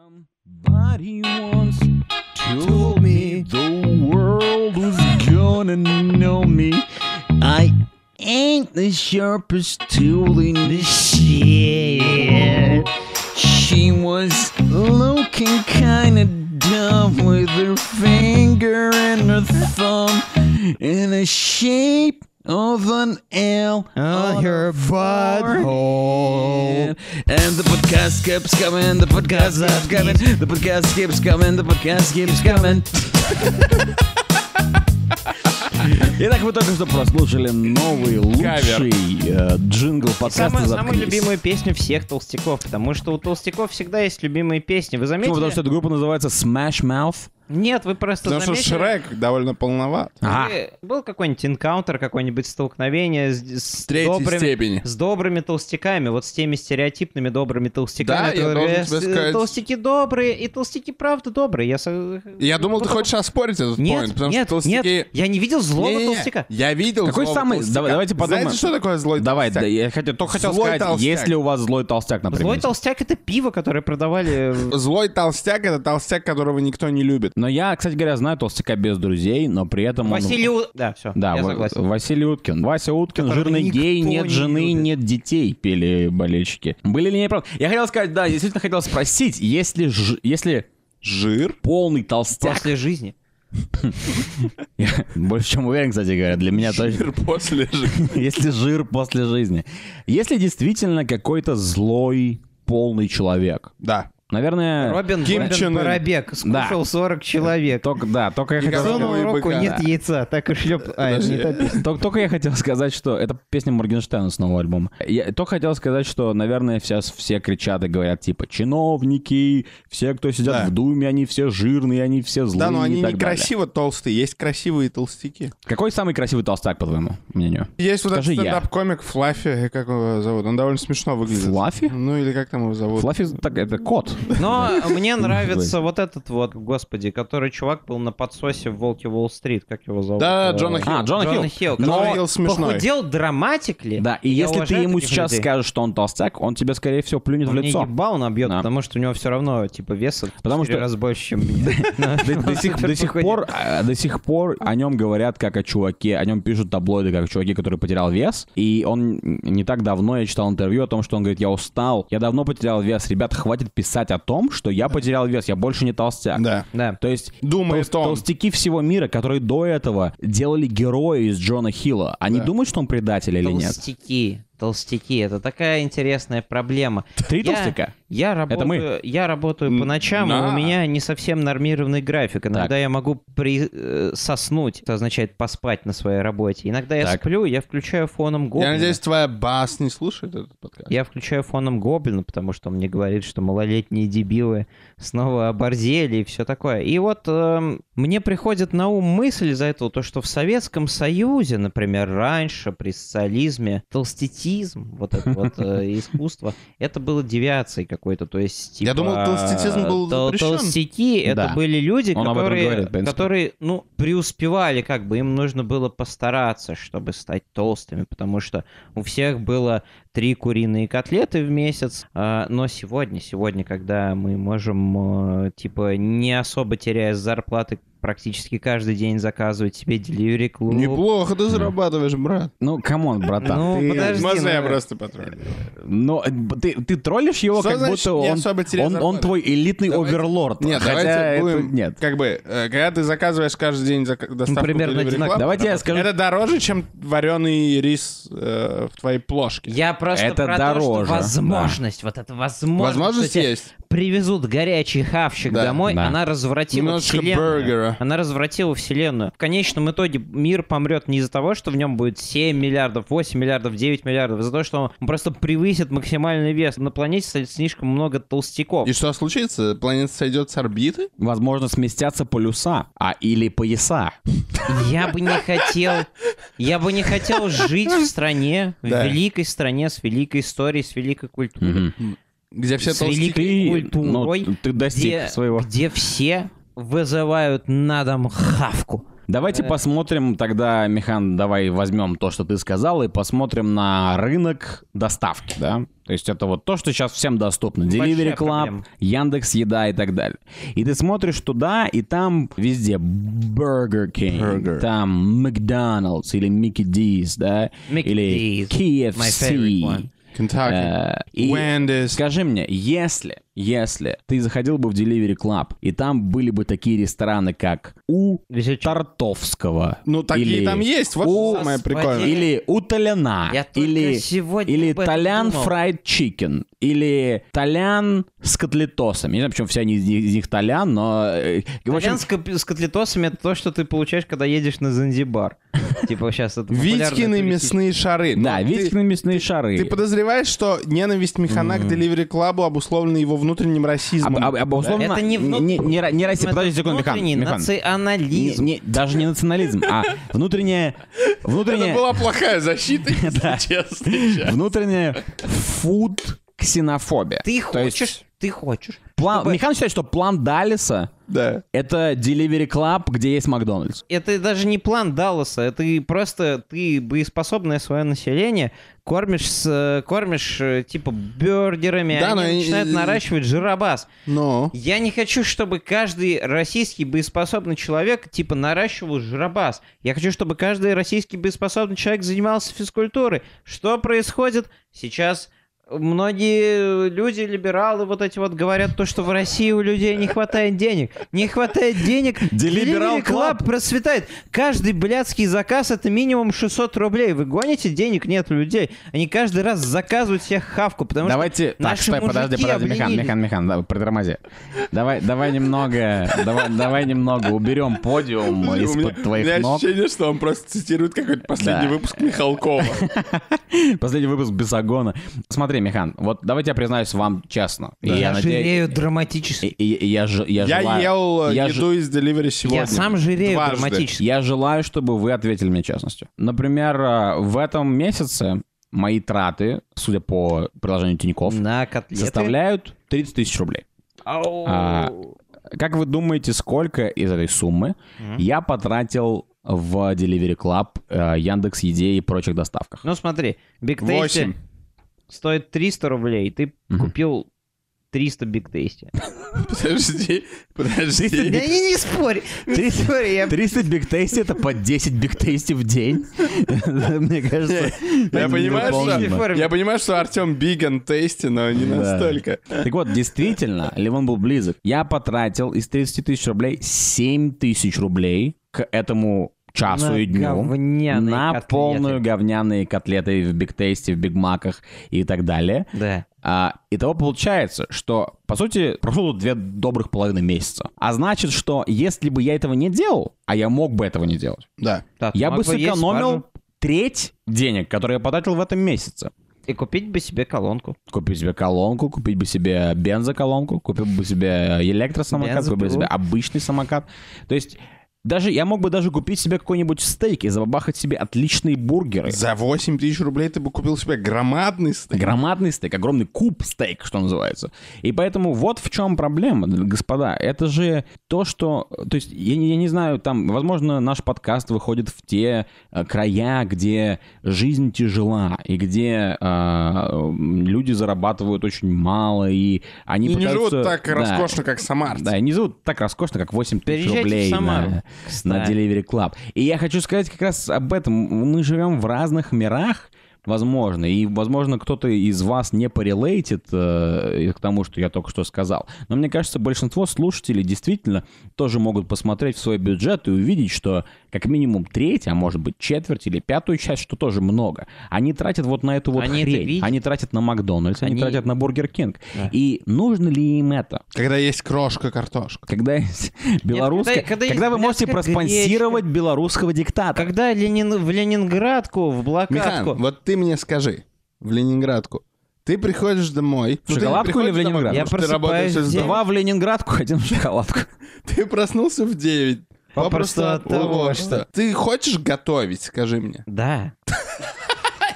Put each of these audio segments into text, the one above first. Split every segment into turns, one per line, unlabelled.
Somebody once told me the world was gonna know me. I ain't the sharpest tool in the shed. She was looking kinda dumb with her finger and her thumb in the shape of an L
Uh,
on her butthole. And the podcast keeps coming, the podcast keeps coming, the podcast keeps coming, the podcast keeps coming. Итак, вы только что прослушали новый
Кавер.
лучший э, джингл подкаста
Самую, самую
«Заткнись».
любимую песню всех толстяков, потому что у толстяков всегда есть любимые песни. Вы заметили?
Почему? Ну, Потому что эта группа называется Smash Mouth.
Нет, вы просто
Потому что
заметили.
Шрек А. довольно полноват.
Ага.
Или Был какой-нибудь энкаунтер, какое-нибудь столкновение с, с
Третьей
добрыми,
степени.
с добрыми толстяками, вот с теми стереотипными добрыми толстяками.
Да, я
которые
должен тебе
с-
сказать.
Толстяки добрые, и толстяки правда добрые. Я, со-
Я думал, ты
Кто-то-
хочешь оспорить этот
Нет,
поинт, потому
нет,
что толстяки...
нет, я не видел злого
Не-не-не,
толстяка.
Я видел
Какой
злого
самый-
толстяка.
давай- давайте подумаем.
Знаете, что такое злой
Давай,
толстяк?
да, я хотел, только хотел
Злой
сказать,
толстяк.
если у вас злой толстяк, например.
Злой
есть.
толстяк это пиво, которое продавали.
Злой толстяк — это толстяк, которого никто не любит.
Но я, кстати говоря, знаю толстяка без друзей, но при этом... он-
Василий... У- Да, все,
Ну, Да,
я
Ва-
согласен.
Василий Уткин. Вася Уткин,
Которого
жирный
никто
гей, нет
не
жены,
любит.
нет детей, пели болельщики. Были ли неправда? Я хотел сказать, да, действительно хотел спросить, если, ж- если
Жир?
полный толстяк...
После жизни.
Я больше чем уверен, кстати говоря, для меня точно.
Жир после жира.
Если жир после жизни. Если действительно какой-то злой, полный человек.
Да.
Наверное...
Робин,
Ким
Робин
Чен Ын.
Барабек скушал 40 человек.
Э, Только, да, только я хотел...
Никого
сказать-
Сунул
и
руку,
быка.
нет яйца, так и шлеп. А, это не та песня.
Только, только я хотел сказать, что это песня Моргенштерна с нового альбома. Я только хотел сказать, что, наверное, сейчас все кричат и говорят, типа, чиновники, все, кто сидят
Да.
в Думе, они все жирные, они все злые
Да,
и
но они
так далее.
некрасиво толстые. Есть красивые толстяки.
Какой самый красивый толстяк, по твоему мнению?
Есть вот этот
Скажи я.
стендап-комик Флаффи, э, как его зовут? Он довольно смешно выглядит.
Флаффи?
Ну или как там его зовут?
Флаффи, так, это кот.
Но мне нравится вот этот вот, господи, который чувак был на подсосе в «Волке Уолл-стрит», как его зовут?
Да,
Э,
Джона Хилл.
А, Джона,
Джона
Хилл.
Хилл.
Но
который
Хилл смешной.
Похудел драматикли.
Да, и
Я
если ты
уважаю
ему
таких
сейчас
людей.
скажешь, что он толстяк, он тебе, скорее всего, плюнет
Он
в
мне
лицо.
ебал набьет,
Да.
потому что у него все равно, типа, вес
Потому
потому
что-
что раз больше, чем у меня.
До, до сих, до сих пор, э, до сих пор о нем говорят как о чуваке, о нем пишут таблоиды как о чуваке, который потерял вес. И он не так давно, я читал интервью о том, что он говорит, я устал, я давно потерял вес. Ребят, хватит писать о том, что я потерял вес, я больше не толстяк.
Да.
Да.
То есть
Думает
тол-
он.
толстяки всего мира, которые до этого делали героя из Джона Хилла, они
Да.
думают, что он предатель или нет?
Толстяки. Толстяки. Это такая интересная проблема.
Три
Я-
толстяка?
Я работаю,
мы.
я работаю по ночам,
да.
и у меня не совсем нормированный график. Иногда
Так.
я могу при, э, соснуть, это означает поспать на своей работе. Иногда я
Так.
сплю, я включаю фоном гоблина.
Я надеюсь, твоя бас не слушает этот подкаст.
Я включаю фоном Гоблина, потому что он мне говорит, что малолетние дебилы снова оборзели и все такое. И вот эм, мне приходит на ум мысль из-за этого, то, что в Советском Союзе, например, раньше при социализме толстетизм, вот это вот э, искусство, это было девиацией какой-то, то есть
Я
типа,
думал, толстетизм был
тол-
запрещен.
Толстяки — это
Да.
были люди,
Он об этом
которые,
говорит, в принципе.
которые, ну, преуспевали как бы, им нужно было постараться, чтобы стать толстыми, потому что у всех было три куриные котлеты в месяц, а, но сегодня, сегодня, когда мы можем, э, типа, не особо теряя с зарплаты, практически каждый день заказывать себе delivery клуб.
Неплохо ты зарабатываешь, брат.
Ну, камон, братан.
Ну,
ты-
подожди,
Можно я
ну,
просто потроллю?
Но э, б- ты, ты троллишь его,
Что
как
значит
будто
не
он,
особо
он,
терять
он
зарплату?
твой элитный
Давайте-
оверлорд.
Нет,
хотя
давайте
это-
будем...
Нет. Ну,
Как бы, э, когда ты заказываешь каждый день зак- доставку
примерно
Delivery Club,
одинаково.
Давайте я скажу.
Это дороже, чем вареный рис э, в твоей плошке.
Я просто
Это
про то, что
дороже, да.
возможность, вот эта возможность.
Возможность
что тебе
есть.
Привезут горячий хавчик
Да,
домой,
да.
она развратила
Немножечко
вселенную.
бургера.
Она развратила вселенную. В конечном итоге мир помрет не из-за того, что в нем будет 7 миллиардов, 8 миллиардов, 9 миллиардов, а из-за того, что он просто превысит максимальный вес. На планете стоит слишком много толстяков.
И что случится? Планета сойдет с орбиты?
Возможно, сместятся полюса, а или пояса.
Я бы не хотел, я бы не хотел жить в стране, в
Да.
великой стране с великой историей, с великой культурой.
Где все
С
толстяки?
великой
Ты,
культурой,
ну, ты достиг
где,
своего.
где все вызывают на дом хавку.
Давайте
Э.
посмотрим тогда, Михан, давай возьмем то, что ты сказал, и посмотрим на рынок доставки, да? То есть это вот то, что сейчас всем доступно. Delivery
Большая
Club,
проблема.
Яндекс Еда и так далее. И ты смотришь туда, и там везде Burger King,
Burger.
там Макдоналдс или Mickey D's, да?
Mickey
или
D's, my favorite
KFC.
one.
Kentucky.
Э, и-
Wendy's.
Скажи мне, если, если ты заходил бы в Delivery Club, и там были бы такие рестораны, как у
Весельчак.
Тартовского.
Ну, такие
или
там есть. Вот
у-
самое
Господи.
прикольное.
Или у Толяна.
Я только
или
сегодня
или
об этом
Толян
думал.
Фрайд Чикен. Или Толян с котлетосом. Я не знаю, почему все они из них, из них Толян, но... э, в общем,
Толян с, кап- с котлетосами это то, что ты получаешь, когда едешь на Занзибар. Типа сейчас это популярная
Витькины
туристическая-
мясные шары. Ну,
Да,
ты-
Витькины мясные шары.
Ты подозреваешь, что ненависть Механа к Delivery Club обусловлена его внутренним
Об-
расизмом?
об- обусловлено-
Это не внут-
не, не, ра- не расизм.
Это
Подожди секунду, Михан.
внутренний
Михан. Не-
национализм.
не- даже не национализм, а внутреннее... Внутреннее...
Это была плохая защита,
Да.
если честно. сейчас.
Внутренняя фуд ксенофобия.
Ты
То
хочешь,
есть
ты хочешь.
план-
чтобы-
Михан считает, что план Далиса
Да.
это Delivery Club, где есть Макдональдс.
Это даже не план Далласа, это и просто ты боеспособное свое население кормишь, с, э, кормишь э, типа бердерами,
Да, но и-
они начинают наращивать жиробас.
Но...
Я не хочу, чтобы каждый российский боеспособный человек, типа, наращивал жиробас. Я хочу, чтобы каждый российский боеспособный человек занимался физкультурой. Что происходит сейчас? Многие люди, либералы, вот эти вот говорят то, что в России у людей не хватает денег. Не хватает денег.
Делиберал
Delivery Club
Club.
процветает. Каждый блядский заказ это минимум 600 рублей. Вы гоните, денег нет у людей. Они каждый раз заказывают себе хавку, потому что
Давайте... Так,
наши
стой, подожди,
мужики
подожди, Михан,
обленились.
Михан, Михан, да, притормози. Давай, давай немного, давай, давай немного уберем подиум
Подожди, у меня,
из-под
у меня
твоих ног.
ощущение, что он просто цитирует какой-то последний
Да.
выпуск Михалкова.
Последний выпуск Бесогона. Смотри, Михан, вот давайте я признаюсь вам честно. И
я,
я надеюсь-
жалею
и-
драматически.
и- и я ж- я
Я
желаю-
ел э,
я ж-
еду из Delivery сегодня.
Я сам жирею
Дважды.
драматически.
Я желаю, чтобы вы ответили мне честностью. Например, э, в этом месяце мои траты, судя по приложению Тинькофф,
На котлеты.
составляют 30 тысяч рублей.
Ау.
А, Как вы думаете, сколько из этой суммы
Мгм.
я потратил в Delivery Club, э, Яндекс Еде и прочих доставках?
Ну смотри, Биг
Восемь.
Тейсти стоит 300 рублей, ты
Мгм.
купил 300 Биг Тейсти.
Подожди,
Да
подожди.
не, не спорь, не спорь, я...
30 бигтейсти это по 10 бигтейсти в день. Мне кажется,
Я понимаю,
невыполнимо.
что,
Форме.
я понимаю, что Артем биган тейсти, но не
Да.
настолько.
Так вот, действительно, Левон был близок. Я потратил из 30 тысяч рублей 7 тысяч рублей к этому часу
На
и дню.
говняные
на
котлеты.
полную говняные котлеты в Биг Тейсте, в Биг Маках и так далее.
Да.
А, итого получается, что, по сути, прошло тут две добрых половины месяца. А значит, что если бы я этого не делал, а я мог бы этого не делать,
Да.
Да, А ты
я
мог
бы
есть
сэкономил
спаржу
треть денег, которые я потратил в этом месяце.
И купить бы себе колонку.
Купить себе колонку, купить бы себе бензоколонку, купил бы себе электросамокат,
Бензопилу.
купил бы себе обычный самокат. То есть даже я мог бы даже купить себе какой-нибудь стейк и забабахать себе отличные бургеры.
За 8 тысяч рублей ты бы купил себе громадный стейк.
Громадный стейк, огромный куб стейк, что называется. И поэтому вот в чем проблема, господа. Это же то, что... То есть, я, не- я не знаю, там, возможно, наш подкаст выходит в те э, края, где жизнь тяжела, и где э, люди зарабатывают очень мало, и они
И не
пытаются...
живут так
Да.
роскошно, как Самарт.
Да, и не зовут так роскошно, как 8 тысяч
Переезжайте в
рублей
Самару,
на,
кстати.
на Delivery Club. И я хочу сказать как раз об этом. Мы живем в разных мирах, возможно, и, возможно, кто-то из вас не порелейтит э, к тому, что я только что сказал. Но мне кажется, большинство слушателей действительно тоже могут посмотреть в свой бюджет и увидеть, что как минимум треть, а может быть четверть или пятую часть, что тоже много, они тратят вот на эту вот
Они это
хрень.
видят.
Они тратят на Макдональдс, они,
Они-
тратят на Бургер Кинг.
Да.
И нужно ли им это?
Когда есть крошка, картошка.
Когда есть белорусская...
когда-
когда
когда есть
вы можете
блядская
проспонсировать белорусского диктатора?
А Когда Ленин... в Ленинградку, в
Михан,
блокадку...
вот ты мне скажи, в Ленинградку, ты приходишь домой...
В шоколадку или в Ленинград?
Я
Я ты работаешь
просыпаюсь
из
в
дома.
Два А в Ленинградку, один в шоколадку.
Ты проснулся в 9.
Попросту от того, что-
Ты хочешь готовить, скажи мне?
Да.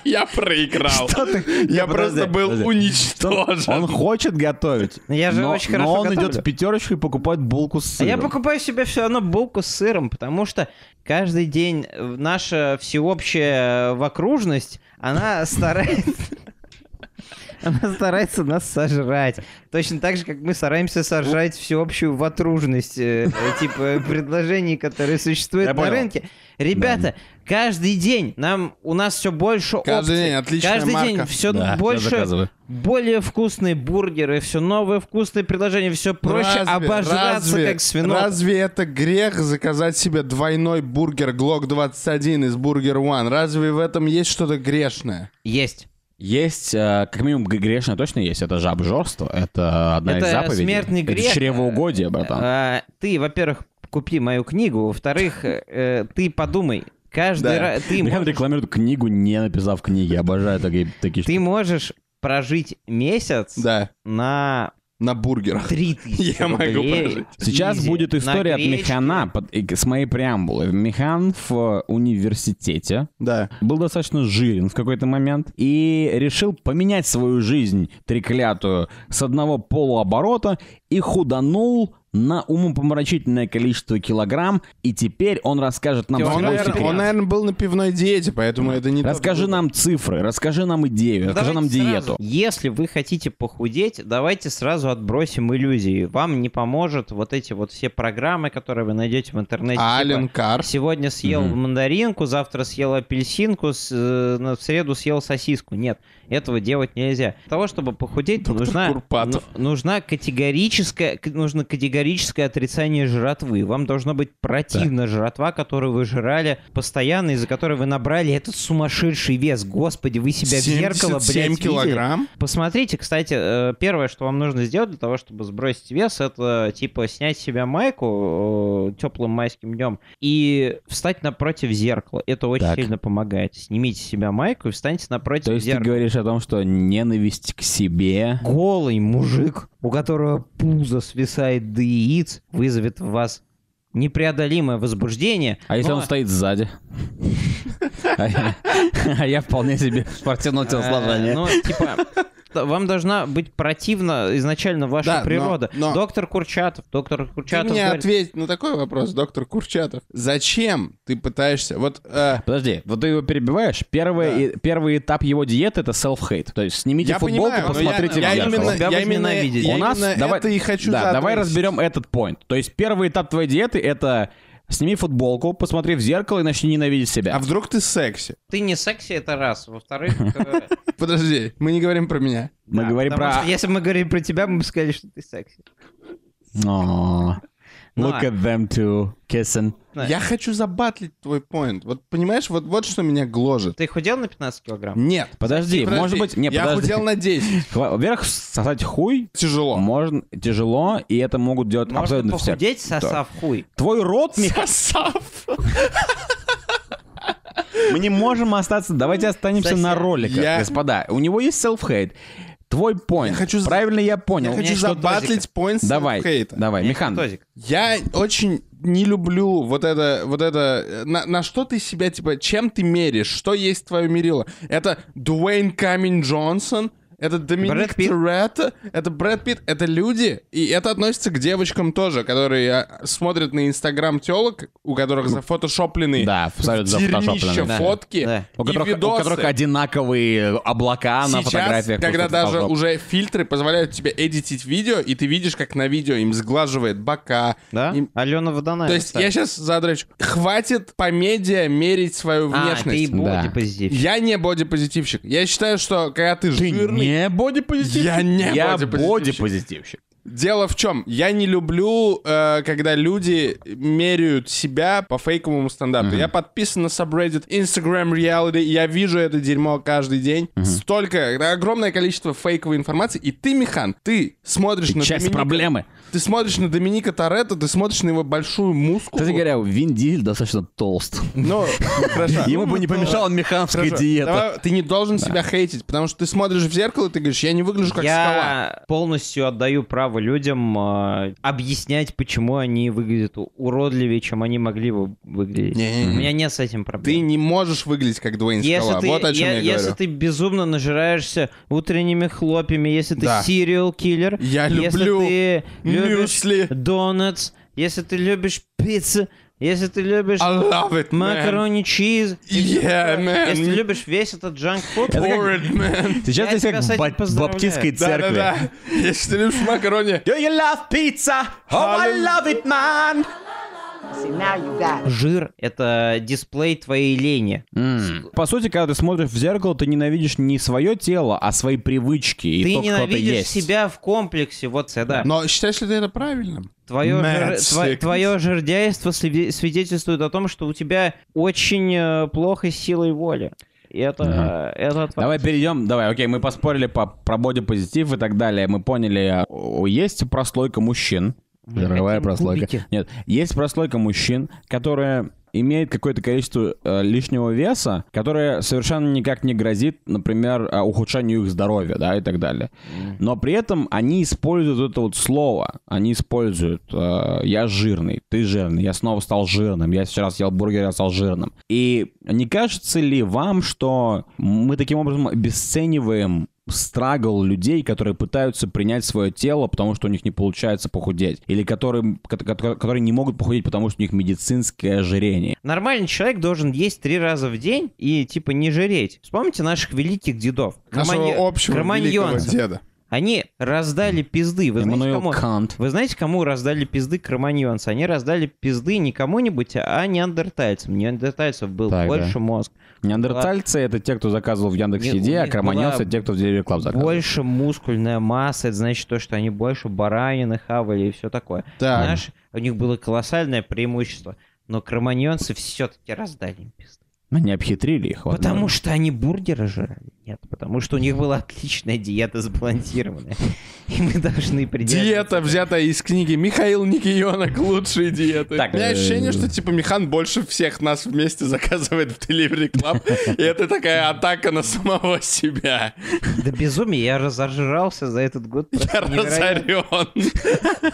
Я проиграл.
подожди,
Я просто был
подожди. Он
уничтожен.
хочет готовить.
Я же
но,
очень
но
хорошо
он идет
готовлю.
в пятерочку и покупает булку с
А
сыром.
я покупаю себе все равно булку с сыром, потому что каждый день э, наша всеобщая вокружность, она старается... Она старается нас сожрать. Точно так же, как мы стараемся сожрать всеобщую ватружность, э, э, типа предложений, которые существуют
Я
на
понял.
рынке. Ребята, каждый день нам у нас все больше
Каждый
опций.
день отличная
Каждый день
марка.
все
Да, я
больше
заказываю.
более вкусные бургеры, все новые вкусные предложения, все проще
Разве-
обожраться,
разве-
как свинок.
Разве это грех заказать себе двойной бургер Glock 21 из Burger One? Разве в этом есть что-то грешное?
Есть.
Есть, э, как минимум, г- грешное точно есть. Это же обжорство. Это одна из
Это
заповедей.
смертный грех.
Это чревоугодие, братан.
А, ты, во-первых, купи мою книгу, во-вторых, э, э, ты подумай, каждый
Да.
раз ты,
Прям
мо-
рекламируют книгу, не написав книги. Обожаю такие, такие
ты
штуки.
можешь прожить месяц
Да,
на
на бургерах.
3000
Я могу
рублей.
прожить.
Сейчас
Изи.
будет история
На
от
гречке.
Механа, под- и- с моей преамбулы. Механ в э, университете
Да.
был достаточно жирен в какой-то момент и решил поменять свою жизнь треклятую с одного полуоборота и худанул на умопомрачительное количество килограмм, и теперь он расскажет нам
Он,
Он,
свой
наверно,
секрет.
наверное, был на пивной диете, поэтому это не тот
Расскажи
бургер.
нам цифры, расскажи нам идею, расскажи
Давайте
нам диету.
сразу. Если вы хотите похудеть, давайте сразу отбросим иллюзии. Вам не поможет вот эти вот все программы, которые вы найдете в интернете. типа
Ален Кар.
Сегодня съел
Мгм.
мандаринку, завтра съел апельсинку, с- э, на- в среду съел сосиску. Нет, этого делать нельзя. Для того, чтобы похудеть,
Доктор
нужна,
Курпатов.
ну- нужна категорическое, к- нужно категорическое отрицание жратвы. Вам должно быть противно жратва, которую вы жрали постоянно, из-за которой вы набрали этот сумасшедший вес. Господи, вы себя в зеркало, блядь,
77
видели?
килограмм.
Посмотрите, кстати, э, первое, что вам нужно сделать для того, чтобы сбросить вес, это типа снять с себя майку теплым майским днем и встать напротив зеркала. Это очень
Так.
сильно помогает. Снимите с себя майку и встаньте напротив
То есть ты
зеркала.
говоришь о том, что ненависть к себе...
Голый мужик, у которого пузо свисает до яиц, вызовет в вас непреодолимое возбуждение.
А если
но-
Ну,
он стоит сзади? А я- а я вполне себе спортивного
Э,
телосложения.
Ну, типа, т- вам должна быть противна изначально ваша
Да, но-
природа.
но-
Доктор Курчатов, доктор
Ты
Курчатов
мне
говорит,
ответь на такой вопрос, доктор Курчатов. Зачем ты пытаешься... Вот э,
Подожди, вот ты его перебиваешь. Первый,
Да.
и- первый этап его диеты это self-hate. То есть снимите
я
футболку,
понимаю, но я-
посмотрите
я,
в зеркало.
именно,
Тебя
я именно,
возненавидеть.
я
У нас
именно
давай-
это и хочу
Да, давай
затронуть.
разберем этот point. То есть первый этап твоей диеты это сними футболку, посмотри в зеркало и начни ненавидеть себя.
А вдруг ты секси?
ты не секси, это раз. Во-вторых, э,
Подожди, мы не говорим про меня.
Мы
да,
говорим
потому
про...
что Если бы мы говорили про тебя, мы бы сказали, что ты секси.
О,
Ну,
Look
а-
at them two kissing.
Да.
Я хочу забатлить твой поинт. Вот понимаешь, вот, вот что меня гложет.
Ты худел на 15 килограмм?
Нет.
Подожди,
подожди,
может быть... Не,
я
подожди.
худел на 10.
Хва- Во-первых, сосать хуй
Тяжело.
можно, тяжело, и это могут делать
Можно
абсолютно все.
похудеть, сосав хуй.
Твой рот, Миха-
Сосав.
мы не можем остаться. Давайте останемся
Сосед.
на роликах,
Я-
господа. У него есть селф-хейт. Твой point.
Я хочу за-
Правильно я понял.
Ну,
Я
меня
хочу
есть что-то
забатлить поинт с
Давай,
хейта.
давай, Михан.
Тазик.
Я очень не люблю вот это, вот это, э, на, на что ты себя, типа, чем ты меришь, что есть твое мерило? Это Дуэйн Камин Джонсон, это Доминик
Брэд Питт.
Торетто, это Брэд Питт, это люди, и это относится к девочкам тоже, которые а, смотрят на инстаграм телок, у которых зафотошоплены
Да, абсолютно
дерьмище
зафотошоплены.
фотки
Да.
У которых,
и
у
видосы.
которых одинаковые облака на
Сейчас,
фотографиях.
когда
просто
даже
фотошоп.
уже фильтры позволяют тебе эдитить видео, и ты видишь, как на видео им сглаживает бока,
Да?
им
Алена Водонаева.
То есть я сейчас задрачу. Хватит по медиа мерить
А,
свою
ты и
внешность.
Да.
бодипозитив.
Я не бодипозитивщик. Я считаю, что когда ты,
Ты
жирный...
не бодипозитивщик?
Я не
я
бодипозитивщик.
бодипозитивщик.
Дело в чем? Я не люблю, э, когда люди меряют себя по фейковому стандарту. Я подписан на subreddit Instagram Reality, и я вижу это дерьмо каждый день. Столько, это огромное количество фейковой информации. И ты, Михан, ты смотришь на
Часть
Доминика-
проблемы.
Ты смотришь на Доминика Торетто, ты смотришь на его большую мускулу.
Кстати говоря, Вин Дизель достаточно толст.
Ну, хорошо.
Ему бы не помешала механовская
Хорошо,
диета.
давай, ты не должен себя хейтить, потому что ты смотришь в зеркало, и ты говоришь, я не выгляжу как скала.
Я полностью отдаю право право людям э, объяснять, почему они выглядят уродливее, чем они могли бы выглядеть. У
Не-не-не.
меня нет с этим проблем.
Ты не можешь выглядеть как Дуэйн
Если
Скала.
ты,
Вот о чем
е-
я
если
говорю.
ты безумно нажираешься утренними хлопьями, если ты
Да.
сериал киллер,
Я
если
А люблю
ты любишь
Мюсли.
донатс, если ты любишь пиццу, если ты любишь
I love it, man.
макарони чиз, и всё
Yeah,
такое,
man.
если ты любишь весь этот джанк фуд,
Pour it, man.
Сейчас
Я
здесь
тебя
как
с
в
этим
бап-
поздравляю.
баптистской церкви.
Да-да-да. Если ты любишь макарони,
Do you love pizza? Oh, I love it, man!
See, now you got it.
жир — это дисплей твоей лени.
По сути, когда ты смотришь в зеркало, ты ненавидишь не свое тело, а свои привычки и
ты
то, кто ты
ненавидишь
есть.
себя в комплексе, вот это.
Но считаешь ли ты это правильным?
Твое,
Mad
жир- тво-
sickness.
твое жердяйство сви- свидетельствует о том, что у тебя очень э, плохо с силой воли. И это, э, это отвратительно.
Давай перейдем, давай, окей, мы поспорили по, про бодипозитив и так далее, мы поняли, а, о, есть прослойка мужчин.
Мы
Жировая
хотим
прослойка.
кубики.
Нет, есть прослойка мужчин, которая имеет какое-то количество э, лишнего веса, которое совершенно никак не грозит, например, э, ухудшению их здоровья, да, и так далее. Но при этом они используют это вот слово, они используют э, «я жирный», «ты жирный», «я снова стал жирным», «я сейчас ел бургер, я стал жирным». И не кажется ли вам, что мы таким образом обесцениваем страгл людей, которые пытаются принять свое тело, потому что у них не получается похудеть, или которые, кот- кот- которые не могут похудеть, потому что у них медицинское ожирение.
Нормальный человек должен есть три раза в день и, типа, не жиреть. Вспомните наших великих дедов.
Нашего
Кроманьо-
общего великого
кроманьонцев.
деда.
Они раздали пизды. Вы знаете,
Эммануэл
кому?
Кант.
Вы знаете, кому раздали пизды кроманьонцы? Они раздали пизды не кому-нибудь, а неандертальцам. Неандертальцев был
Так, да.
больше мозг,
Неандертальцы — это те, кто заказывал в
Не, у
Яндекс.Еде, а
них
кроманьонцы —
была
это те, кто в Дереве Клаб заказывал.
больше мускульная масса. Это значит то, что они больше баранины хавали и все такое.
Так.
Наш- у них было колоссальное преимущество. Но кроманьонцы все-таки раздали им пизды.
Они обхитрили их. возможно.
Потому что они бургеры жрали? Нет, потому что у них была отличная диета сбалансированная. И мы должны придерживаться...
Диета, взятая из книги Михаил Никиенок, лучшие диеты.
Так,
У меня
э,
ощущение, что типа Михан больше всех нас вместе заказывает в Delivery Club, и это такая атака на самого себя.
Да безумие, я разожрался за этот год.
Я
просто невероятно.
разорен.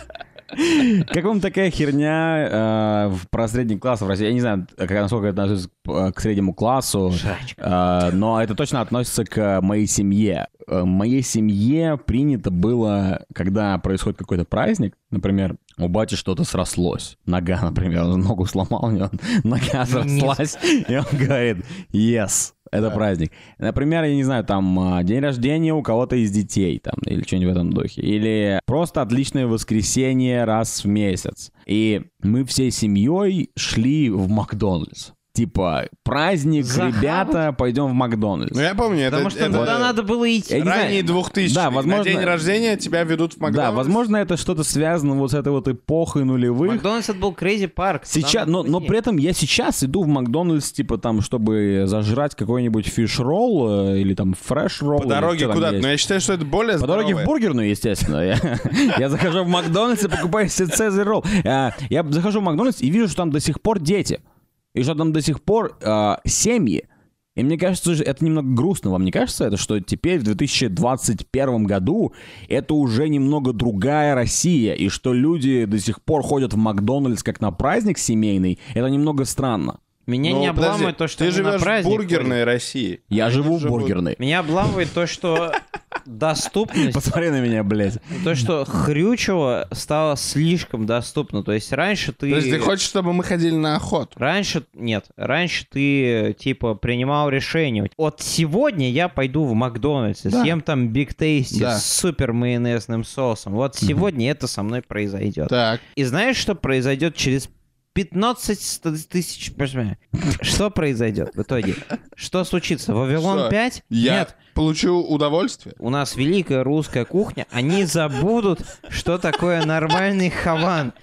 Как вам такая херня э, в- про средний класс в России? Я не знаю, как- насколько это относится к э, к среднему классу, э, но это точно относится к моей семье. Э, Моей семье принято было, когда происходит какой-то праздник, например, у бати что-то срослось. Нога, например, он ногу сломал, у него нога срослась, и он говорит «Yes». Это праздник. Например, я не знаю, там а, день рождения у кого-то из детей, там, или что-нибудь в этом духе. Или просто отличное воскресенье раз в месяц. И мы всей семьей шли в Макдональдс. Типа, праздник,
Захавать?
ребята, пойдем в Макдональдс.
Ну я помню, это...
Потому что
это
туда надо было идти.
Я не знаю.
Ранние 2000
Да,
На
возможно-
день рождения тебя ведут в
да,
Макдональдс.
возможно, это что-то связано вот с этой вот эпохой нулевых.
Макдональдс это был Крейзи Парк.
Сейчас, но, но при этом я сейчас иду в Макдональдс, типа там, чтобы зажрать какой-нибудь фиш-ролл э, или там фреш-ролл.
По
или
дороге
что там
куда-то,
есть.
но я считаю, что это более
По дороге в
здоровое.
бургерную, естественно. Я, я захожу в Макдональдс и покупаю себе Цезарь ролл. А, Я захожу в Макдональдс и вижу, что там до сих пор дети. И что там до сих пор а, семьи. И мне кажется, что это немного грустно. Вам не кажется это, что теперь в 2021 году это уже немного другая Россия, и что люди до сих пор ходят в Макдональдс как на праздник семейный, это немного странно.
Меня
Ну,
не
подожди,
обламывает то, что
ты
они на
живешь в
праздник ходят.
бургерной России.
Я живу в
живут.
бургерной.
Меня обламывает то, что доступность,
Посмотри на меня, блядь.
то, что хрючево стало слишком доступно. То есть раньше ты...
То есть ты хочешь, чтобы мы ходили на охоту?
Раньше, нет, раньше ты, э, типа, принимал решение. От сегодня я пойду в Макдональдс, и
Да.
съем там Биг Тейсти
Да.
с супер майонезным соусом. Вот сегодня это со мной произойдет.
Так.
И знаешь, что произойдет через 15 ста- тысяч... подожди, Что произойдет в итоге? Что случится?
Что?
Вавилон 5?
Я
Нет.
получу удовольствие.
У нас великая русская кухня, они забудут, что такое нормальный хаван.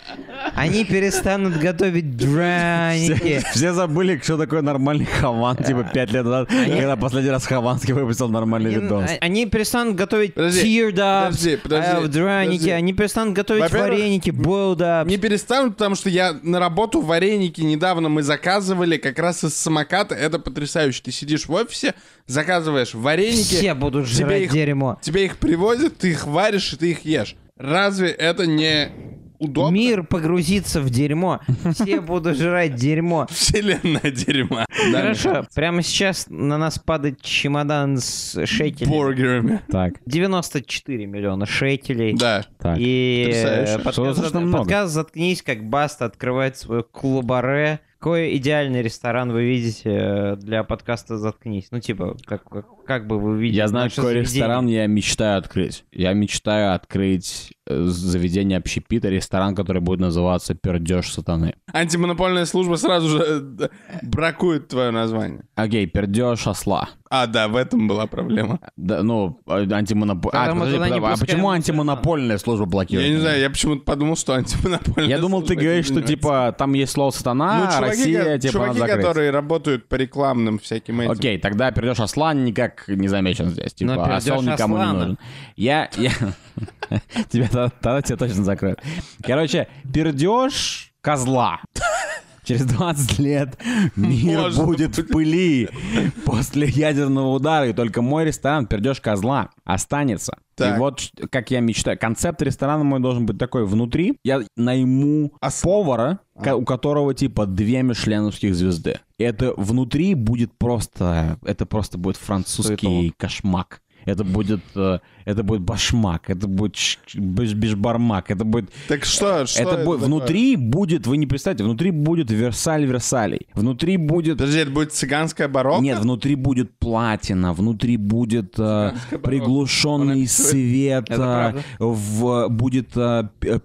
Они перестанут готовить драники.
Все, все забыли, что такое нормальный хаван, типа, пять лет назад, когда последний раз Хованский выпустил нормальный
Они,
видос.
а- они перестанут готовить
Подожди,
tear ups,
подожди, подожди,
э, драники,
подожди.
они перестанут готовить
Во-первых,
вареники, boiled ups.
Не перестанут, потому что я на работу вареники недавно мы заказывали как раз из самоката. Это потрясающе. Ты сидишь в офисе, заказываешь вареники,
Все будут
тебе
жрать
их-
дерьмо.
тебе их привозят, ты их варишь и ты их ешь. Разве это не удобно?
Мир погрузится в дерьмо. Все будут жрать дерьмо.
Вселенная дерьма. Да,
Хорошо, прямо сейчас на нас падает чемодан с
Михаил?
шекелями.
Бургерами.
а,
Так,
94 миллиона шекелей.
Да.
так.
И
Потрясающе.
э,
Что
подкаст,
достаточно много.
подкаст «Заткнись», как Баста открывает свою клубаре. Какой идеальный ресторан вы видите э, для подкаста «Заткнись»? Ну, типа, как, как, как бы вы видели
Я знаю,
наше
какой
заведение?
ресторан я мечтаю открыть. Я мечтаю открыть э, заведение общепита, ресторан, который будет называться «Пердеж сатаны».
Антимонопольная служба сразу же э, д- бракует твое название.
Окей, «Пердеж осла».
А, да, в этом была проблема.
Да, ну, антимонопольная...
Тогда мы туда не
а
пускаем
почему
абсолютно.
антимонопольная служба блокирует?
Я не знаю, я почему-то подумал, что антимонопольная
Я думал, ты
служба
говоришь,
этим
что, типа, там есть слово «сатана»,
занимается. Ну, чуваки,
«Россия»,
ко-
типа,
чуваки,
надо закрыть.
которые работают по рекламным всяким этим.
Окей, тогда пердеж осла никак не замечен здесь. Типа,
Но
осел
пердёж
никому не
Аслана.
нужен. Я... я... тебя, тогда- тогда тебя точно закроют. Короче, пердеж козла. Через 20 лет мир
Можно
будет в пыли после ядерного удара, и только мой ресторан «Пердеж козла» останется.
Так.
И вот ш- как я мечтаю. Концепт ресторана мой должен быть такой. Внутри я найму
А
повара, ко- у которого типа две мишленовских звезды. Это внутри будет просто... Это просто будет французский кошмак. Это будет, э, это будет башмак, это будет ш- биш- бишбармак, это будет
Так что, что
это будет
такое?
внутри будет, вы не представляете, внутри будет Версаль Версалей. Внутри будет...
Подожди, это будет цыганская барокко?
Нет, внутри будет платина, внутри будет э, приглушенный свет,
Это
э,
правда.
в, будет э, п-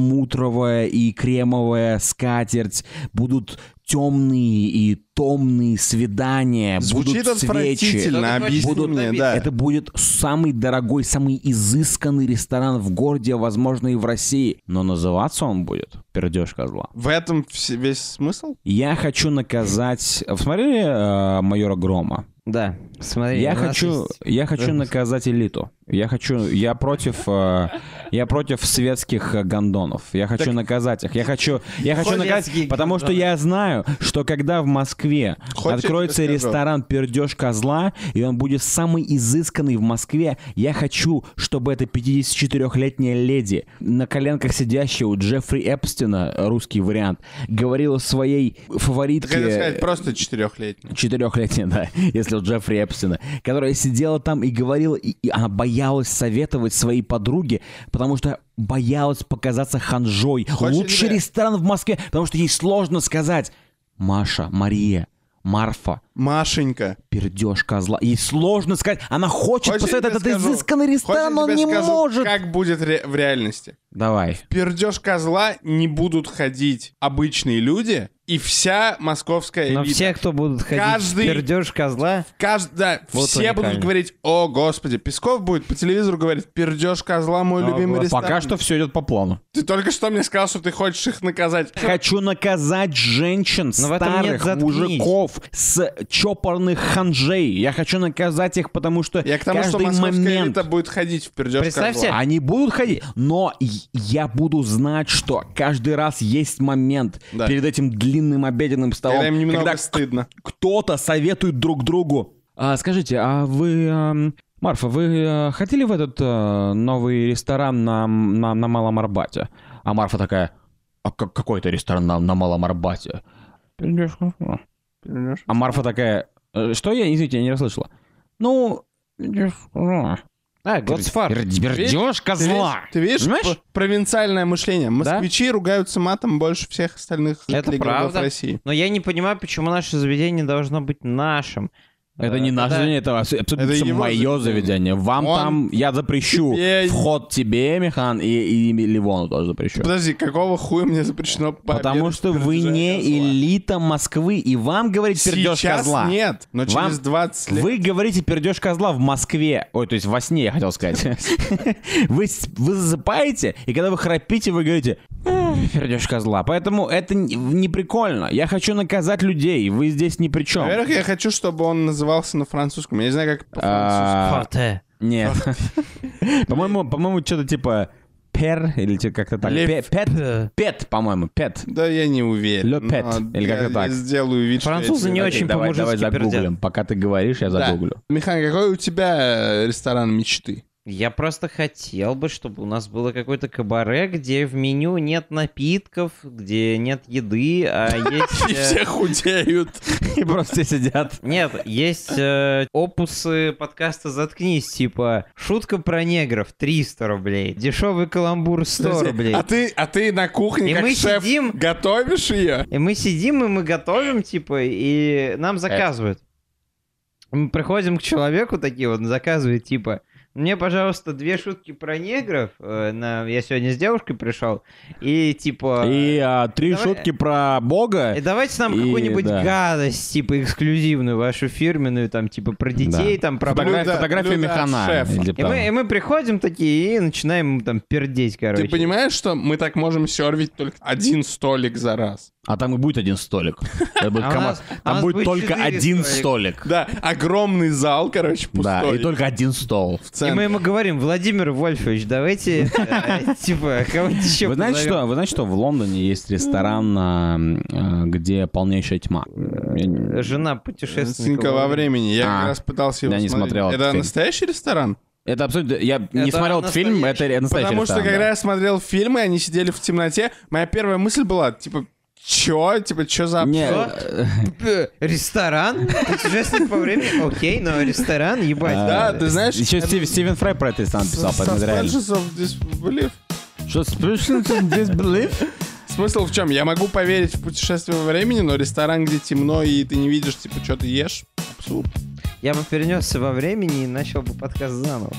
перламутровая и кремовая скатерть, будут темные и томные свидания,
Звучит
будут свечи.
Что
отвратительно,
ты хочешь
объясни
этим
мне,
добиться?
да.
Это будет самый дорогой, самый изысканный ресторан в городе, возможно, и в России. Но называться он будет «Пердеж козла».
В этом вс- весь смысл?
Я хочу наказать... Вы Смотрели э, «Майора Грома»?
Да, смотри.
Я
у нас
хочу,
есть-
я хочу наказать элиту. Я хочу, я против, э, я против светских э, гондонов. Я хочу наказать их. Я хочу, я хочу
Светские
наказать, потому что я знаю, что когда в Москве
Хочешь,
откроется
я скажу?
ресторан «Пердеж козла», и он будет самый изысканный в Москве, я хочу, чтобы эта 54-летняя леди, на коленках сидящая у Джеффри Эпстина, э, русский вариант, говорила своей
Ты хотел
фаворитке
сказать, просто четырехлетний.
четырехлетняя, да, если у Джеффри Эпстина, которая сидела там и говорила, и, и она боялась советовать своей подруге, потому что боялась показаться ханжой.
Хочешь
Лучший
идею?
ресторан в Москве, потому что ей сложно сказать «Маша», «Мария», «Марфа»,
Машенька.
«Пердеж козла». Ей сложно сказать, она хочет
Хочешь, я
посоветовать
тебе
этот
скажу?
изысканный ресторан,
Хочешь,
он
я тебе
не
скажу,
может.
Как будет ре- в реальности?
Давай.
Пердеж козла не будут ходить обычные люди и вся московская
Но
элита.
все, кто будут ходить
Каждый-
Каждый... пердеж козла,
Кажд- да,
Вот
все будут
уникально.
говорить, о, господи, Песков будет по телевизору говорить, пердеж козла, мой любимый ресторан.
Пока что все идет по плану.
Ты только что мне сказал, что ты хочешь их наказать.
Хочу наказать женщин,
Ну,
Но в этом нет
старых
«заткнись».
мужиков с чопорных ханжей. Я хочу наказать их, потому что
Я к тому, что
каждый
московская
момент
элита будет ходить в пердеж
Представь себе,
они будут ходить, но и- я буду знать, что каждый раз есть момент
Да.
перед этим длинным обеденным столом,
Когда им немного
когда
стыдно.
кто-то советует друг другу. «А, скажите, а вы, ам, Марфа, вы а, ходили в этот а, новый ресторан на, на, на Малом Арбате? А Марфа такая, а как- какой то ресторан на, на Малом Арбате? «Пердёж козла». А Марфа такая, «Э, что я, извините, я не расслышала. Ну, «Пердёж козла».
А, Готсфар.
Перд- пердёж
Ты видишь,
козла.
ты видишь
Понимаешь?
п- провинциальное мышление. Москвичи ругаются матом больше всех остальных
Это
жителей городов
правда.
России.
Но я не понимаю, почему наше заведение должно быть нашим.
Это
Э,
не наше
когда-
заведение, это абс- абсолютно
его
мое
заведение.
заведение. Вам
Он
там я запрещу
тебе-
вход тебе, Михан, и, и Ливону тоже запрещу.
Подожди, какого хуя мне запрещено
Потому
пообедать
что
в
вы
пердеже
не
козла?
элита Москвы, и вам говорить пердеж
Сейчас
козла.
нет, но
Вам-
через 20 лет...
Вы говорите пердеж козла в Москве. Ой, то есть во сне, я хотел сказать. Вы, с- вы засыпаете, и когда вы храпите, вы говорите «М, пердеж козла. Поэтому это не- не прикольно. Я хочу наказать людей. Вы здесь ни при чем.
Во-первых, я хочу, чтобы он назывался на французском. Я не знаю, как по-французски.
А,
Форте.
Нет. По-моему, по-моему, что-то типа пер или типа как-то так.
Лев.
Пе- Пет, пет, по-моему, пет.
Да, я не уверен.
Le Pet,
но
или
я-
как-то
я
так.
сделаю вид, что я
Французы
тебе
не
так-
очень
давай, давай
по-мужски пердят.
загуглим. Пока ты говоришь, я
Да.
загуглю.
Михан, какой у тебя э, ресторан мечты?
Я просто хотел бы, чтобы у нас было какое-то кабаре, где в меню нет напитков, где нет еды, а
И
есть... э,
все худеют.
И просто все сидят.
Нет, есть э, опусы подкаста «Заткнись», типа «Шутка про негров» 300 рублей, «Дешевый каламбур» 100 рублей.
А ты, а ты на кухне
И
как
мы
шеф
сидим.
готовишь ее?
И мы сидим, и мы готовим, типа, и нам
Э,
заказывают. Мы приходим к человеку, такие вот, заказывают, типа, мне, пожалуйста, две шутки про негров. э, на... Я сегодня с девушкой пришел. И, типа...
И а, три
Давай-
шутки про бога.
И давайте нам
И,
какую-нибудь
да.
гадость, типа, эксклюзивную, вашу фирменную, там, типа, про детей, там, про...
Фотограф-
блюда-
Фотография
блюда
механа.
шефа.
или
И
там.
мы, и мы приходим такие и начинаем ему там пердеть, короче.
Ты понимаешь, что мы так можем сервить только один столик за раз?
А там и будет один столик. Это будет
А у
команда.
нас- а у
Там
нас
будет
будет
только
четыре
один столик.
Да, огромный зал, короче, пустой.
Да, и только один стол.
в
И
центре.
мы ему говорим, Владимир Вольфович, давайте, э, типа, кого-то еще
Вы знаете, что, вы знаете, что в Лондоне есть ресторан, а, м, а, где полнейшая тьма? Я не-
Жена
Сынка
путешественника
э, во времени. Я
А.
как раз пытался его
Я не
смотреть.
смотрел этот
Это
фильм.
настоящий ресторан?
Это абсолютно... Я не
Это
смотрел этот фильм, это
настоящий.
настоящий
Потому что
ресторан,
когда
да.
я смотрел фильмы, они сидели в темноте, моя первая мысль была, типа, чё? Типа, чё за...
Не,
абсурд?
э,
Ресторан? Путешественник по времени? Окей, но ресторан, ебать.
Да,
э,
ты знаешь...
еще
это-
Стив- Стивен Фрай про это ресторан писал, поэтому это реально.
Suspensions of disbelief.
Что, Suspension of disbelief?
Смысл в чем? Я могу поверить в путешествие во времени, но ресторан, где темно и ты не видишь, типа, что ты ешь, абсурд.
Я бы перенесся во времени и начал бы подкаст заново.